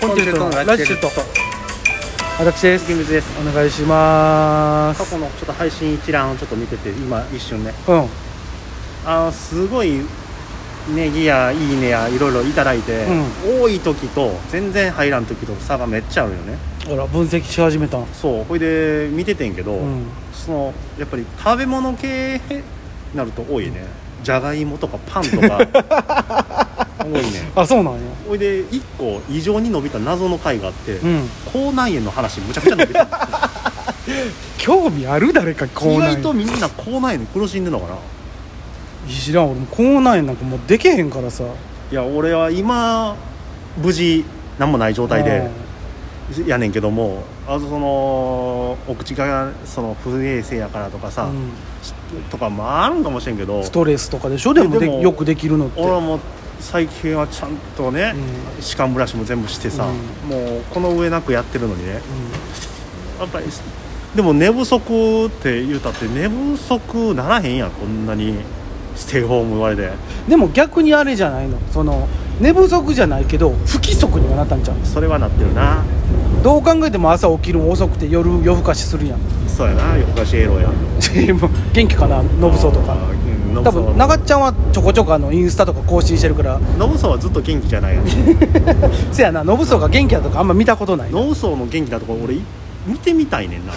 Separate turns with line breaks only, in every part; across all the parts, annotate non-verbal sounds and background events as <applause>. コンテントのラジチェルト
私です
池水です
お願いしま
過
す
去のちょっと配信一覧をちょっと見てて今一瞬ね
うんうん
あーすごいネギやいいねやいろいろいただいて、多い時と全然入らん時と差がめっちゃあるよね
ほら分析し始めたん
そうほいで見ててんけど、
うん
そのやっぱり食べ物系になると多いねじゃがいもとかパンとか
<laughs>
多いね
あそうなんや
ほいで1個異常に伸びた謎の回があって、
うん
口内炎の話むちゃくちゃ伸びた
興味ある誰か <laughs> 口
意
内
外とみんな口内炎に苦しんでるのかない
知らん俺も口内炎なんかもうできへんからさ
いや俺は今無事何もない状態でやねんけどもあとそのお口がその不衛生やからとか
う
さ、
んうん
とかもあるんかもしれんけど
ストレスとかでしょでもで
でも
よくできるのって
俺はもう最近はちゃんとね
うん、
歯間ブラシも全部してさ、
う
もうこの上なくやってるのにねやっぱりでも寝不足って言うたって寝不足ならへんやんこんなにステイホーム言われて
うんでも逆にあれじゃないのその寝不足じゃないけど不規則にはなったんちゃう
それはなってるな
どう考えても朝起きるの遅くて夜夜更かしするやん <laughs>
そうやな横かしエロや
もう元気かなノブソとか
うん
多分
ノ
長っちゃんはちょこちょこあのインスタとか更新してるから
ブソはずっと元気じゃないやん
せやなノブソが元気だとかあんま見たことないな
ノブソの元気なとこ俺い見てみたいねんな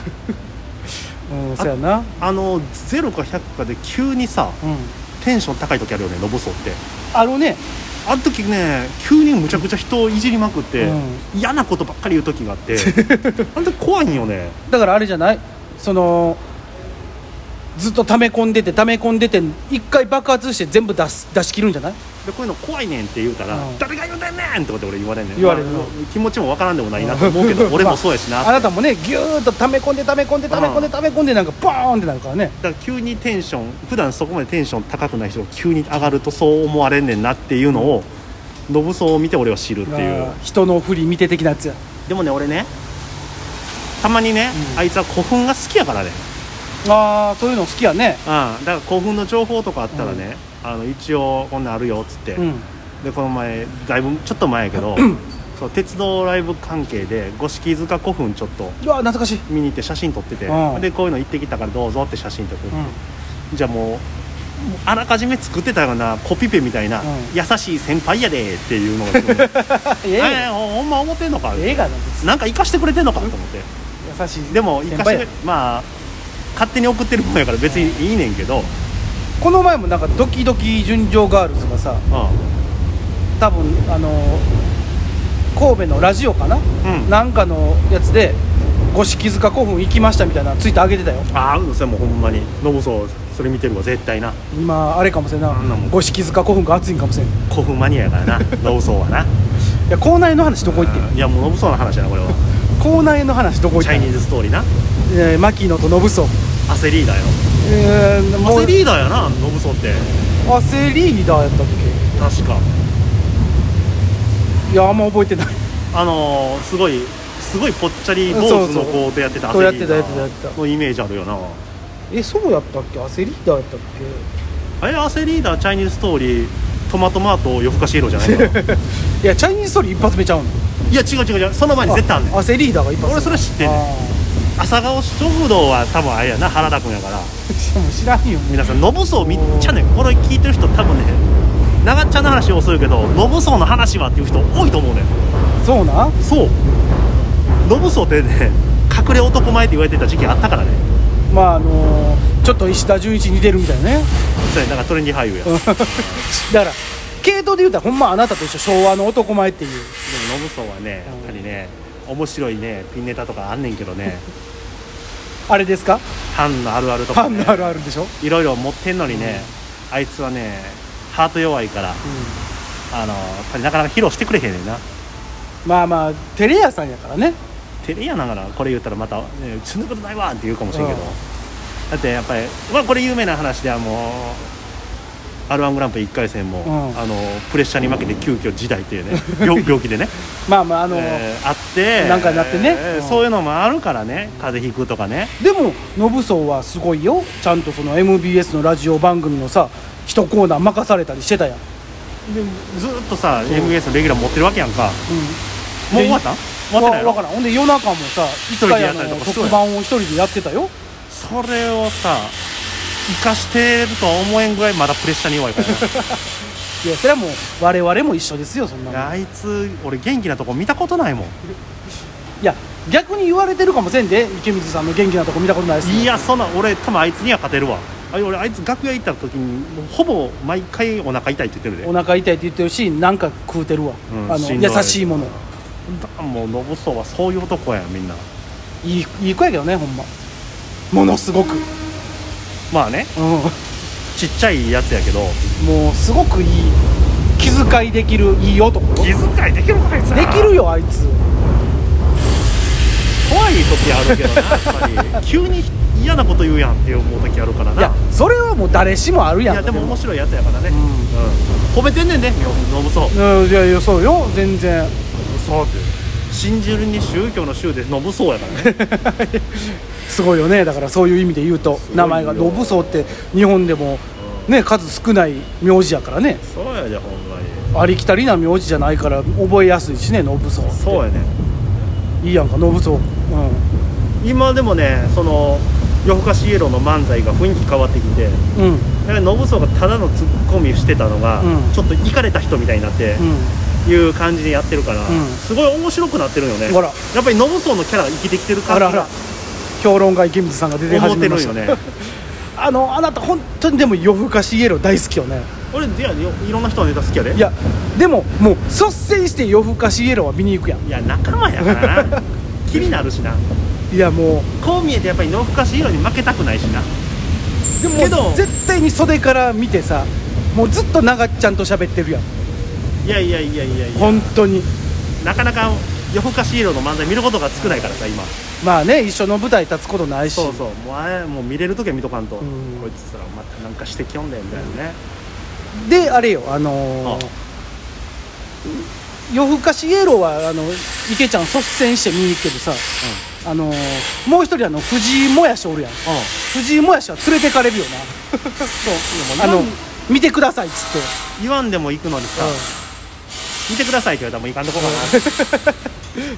うんせやな
あの0か100かで急にさ
うん
テンション高い時あるよねノブソって
あのね
あの時ね急にむちゃくちゃ人をいじりまくって、
う
嫌なことばっかり言う時があって
<laughs>
あんた怖いんよね
だからあれじゃないそのずっと溜め込んでて溜め込んでて一回爆発して全部出す出し切るんじゃない
でこういうの怖いねんって言うたら、
うん
誰が言うてんねんってこと俺言われんねん
言われるな
まあ気持ちもわからんでもないなと思うけ
<laughs>
ど俺もそうやしな、
あなたもねギューッと溜め込んで溜め込んで溜め込んで溜め込んでなんかボーンってなるからね
だから急にテンション普段そこまでテンション高くない人が急に上がるとそう思われんねんなっていうのをノブソを見て俺は知るっていう
あー人の振り見て的なやつや
でもね俺ねたまにね、
うん
あいつは古墳が好きやからね
ああそういうの好きやね
ああだから古墳の情報とかあったらね、あの一応こんなんあるよっつって、
うん
でこの前だいぶちょっと前やけどそう鉄道ライブ関係で五色塚古墳ちょっと
うわ懐かしい
見に行って写真撮ってて、
うん
でこういうの行ってきたからどうぞって写真撮って、
うん
じゃあもうもうあらかじめ作ってたようなコピペみたいな、
うん
優しい先輩やでっていうのが来るの
<laughs> <laughs> ええ
え
やん
ーほほんま思ってんのか
ええがな別
なんか生かしてくれてんのかと思って
に優しい
でも生かして
先
くれ
輩
まあ勝手に送ってるもんやから別にいいねんけど、
やこの前もなんかドキドキ純情ガールズがさ
う
多分あの神戸のラジオかな、
んうん、
なんかのやつで五色塚古墳行きましたみたいなツイート上げてたよ
ああそれもうほんまにノブソそれ見てるわ絶対な
今あれかもしれんな
あんなもん
五色塚古墳が熱いんかもしれんい
古墳マニアや
<laughs>
からなノブソはな
や校内の話どこ行ってん
いやもうノブソの話やなこれは
校内の話どこ行っ
チ
て
ャイ
ん
ニーズストーリーな
えー牧野と信祖
焦りーダーよ
えーもう
焦りーダーやなノブソって
焦リーダーやったっ
確か
けいやあんま覚えてない
あのー、すごいすごいぽっちゃり坊主の子とやってた
そうそうそうや
焦りーダ
ってたやってたやって
ー
た
のイメージあるよな
えそうやったっけ焦リーダーやったっ
あれ焦りーダーチャイニーズストーリートマトマート夜更かしイロじ
<laughs>
ゃないかな
けいやチャイニーズストーリー一発目ちゃうの
いや違う違う違うその前に絶対あんねん
焦リーダーが一発目
俺それ知ってんねん
あ
朝顔食堂は多分あれやな原田君やから
ーもう知らんよ
皆さんノブソウみっちゃねこれ聞いてる人多分ね長っちゃんの話をするけどノブソウの話はっていう人多いと思うね
そうなん
そうノブソウってね隠れ男前って言われてた時期あったからね
まああのーちょっと石田純一似てるみたいなね <laughs>
そうやなんかトレンディ俳優やでも
だから系統で言うたらほんまあなたと一緒昭和の男前っていう
ノブソウはねやっぱりね面白いねピンネタとかあんねんけど
<laughs>
ね
あれですか
ファンのあるあると
ファ
か、
ン
ね
の、あるあるでしょ、
いろいろ持ってんのにね、あいつはねハート弱いから
う、
あのやっぱりなかなか披露してくれへんねんなん
まあまあテレ屋さんやからね
照れやながらこれ言ったらまた「ねうちのことないわ」って言うかもしれんけど、
うん
だってやっぱり、まあ、これ有名な話ではもう r 1グランプリ1回戦も、
うん
あのプレッシャーに負けて急遽時代っていうね病病気でね、
<laughs> まあまああの、
えーあって
なんかなってね
えー
うん
そういうのもあるからね風邪ひくとかね
でも信荘はすごいよちゃんとその MBS のラジオ番組のさ一コーナー任されたりしてたやん、うん、
でずっとさ MBS のレギュラー持ってるわけやんかもう終わった終わってない
わ
の
からんほんで夜中もさ一
人で
回
や
あ
ったりと
の
かそう
特
や
番を一人でやってたよ
それをさ生かしてるとは思えんぐらいまだプレッシャーに弱いか
<laughs>
ら
いやそれはもう我々も一緒ですよそんな
ない
の
やあいつ俺元気なとこ見たことないもん
いや逆に言われてるかもせんで池水さんの元気なとこ見たことないです
いやそんな俺多分あいつには勝てるわあれ俺あいつ楽屋行った時にもうほぼ毎回お腹痛いって言ってる
お腹痛いって言ってるしなんか食うてるわ、
うん
あの
しんどい
優しいもの
でだからもうノブソはそういう男やみんない
いいい子やけどねほんまものすごく、うん、
まあねちっちゃいやつやけど
もうすごくいい気遣いできるいい男
気
で
遣いできるかあいつ
きるよあいつ
怖い時あるけどなやっぱり急に嫌なこと言うやんって思う時あるから
い
な
やそれはもう誰しもある
い
やん
やでも面白いやつやからね、うんん褒めてんねんねノブソ
うんいやいやそうよ全然
そうって信じるに宗教の宗でノブソやか
<laughs>
らね
すごいよねだからそういう意味で言うと
ごいよ
名前がノブソウって日本でもね数少ない名字やからね
そうやでほんまに
ありきたりな名字じゃないから覚えやすいしねノブソウって
そうやね
いいやんかノブソウう
今でもねその夜更かしイエローの漫才が雰囲気変わってきて
んうん
だからノブソがただのツッコミしてたのが、
うん
ちょっとイかれた人みたいになって、
う
いう感じでやってるから、
うん
すごい面白くなってるよね
あら
やっぱりノブソのキャラが生きてきてる
んあ
感
ら
じ
あら
が
評論家池水さんが出て
思
始
っ
め
て
ま
る
し
よ
た
ね
あのあなた本当にでも夜更かしイエロー大好きよね
俺いやよいろんな人のネタ好きやで
いやでももう率先して夜更かしイエローは見に行くやん
いや仲間やから
<laughs>
な気になるしない
やも
こう見えてやっぱりノブカシイエローに負けたくないしな
うでも
けど
絶対に袖から見てさもうずっと長っちゃんと喋ってるやん
いやいやいやいやいや
本当に
なかなか夜更かしイエローの漫才見ることが少ないからさ今
まあね一緒の舞台立つことないし
そうそうもうあれもう見れる時は見とかんとこ
ん
いつらまたなんかしてきよんだよみたいなね
であれよあのー
あ
夜更かしイエローはあの池ちゃん率先して見に行くけどさ、あのーもう一人あの藤井もやしおるやん
うん
藤井もやしは連れてかれるよなそうあ
で
の
も今
見てくださいっつって、
言わんでも行くのにさ見てくださいって言われたらもう行かんとこかな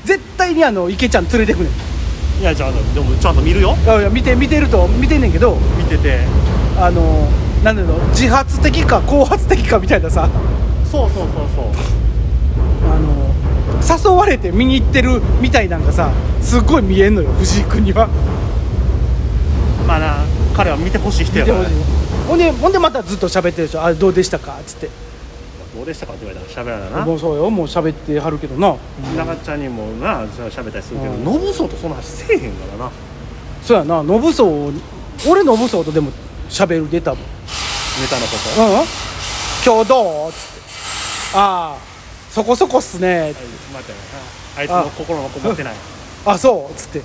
絶対にあの池ちゃん連れてくねん
いやじゃあでもちゃんと見るよ
いやいや見て見てると見てんねんけど
見てて
あのーなんだろう自発的か後発的かみたいなさ
そうそうそうそう
あのー誘われて見に行ってるみたいなんかさすっごい見えんのよ藤井君には
まあな彼は見てほしい人
見
や
て
から
ほしい
ね
ほんでほんでまたずっと喋ってるでしょ「あれどうでしたか?」っつって
どうでしたかって言われたら喋
「
らな
もうそうよもう喋ってはるけどな
長ちゃんにもなじゃあ喋ったりするけど
うん
ノブソとそんな話せえへんからな
そうやなノブソウ俺ノブソウとでも喋るで多分
ネタのこ
うん今日どう?」っつって「ああそこそこっすね
と待ってあいつの心のこもってない」
あそう」っつって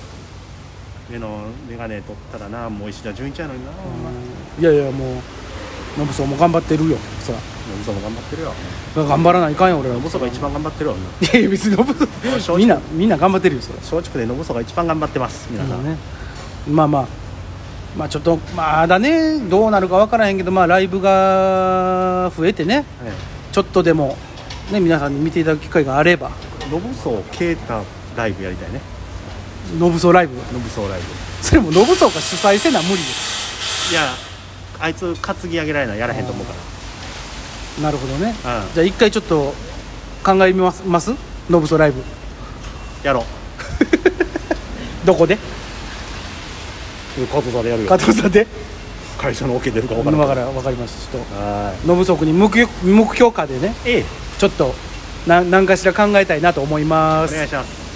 目の眼鏡取ったらなもう石田純一やのにな
「いやいやもうノブソウも頑張ってるよそら
ノブソも頑張ってるよ
頑張らないかんよ俺ら
ノブソが一番頑張ってるよ
いやいや別にノブソウ
正直
みんなみんな頑張ってるよそら
松竹でノブソが一番頑張ってます皆さん、
ね、まあまあまあちょっとまだねどうなるかわからへんけどまあライブが増えてね
はい
ちょっとでもね皆さんに見ていただく機会があれば
ノブソケータライブやりたいね
ノブソウライブ
ノブソライブ
それもノブソウが主催せな無理で
いやあいつ担ぎ上げられないやらへんと思うか
なるほどね
らうん
じゃあ一回ちょっと考えますますノブソウライブ
やろ
どこで
う加藤さんでやる
加藤さんで
会社のオ、ケ出るか分
今
から
か
ん
ら分かりましたちょっ
は
とノブソウ君に目標目標下でね
いええ
ちょっとな何かしら考えたいなと思いま
お
す
願いします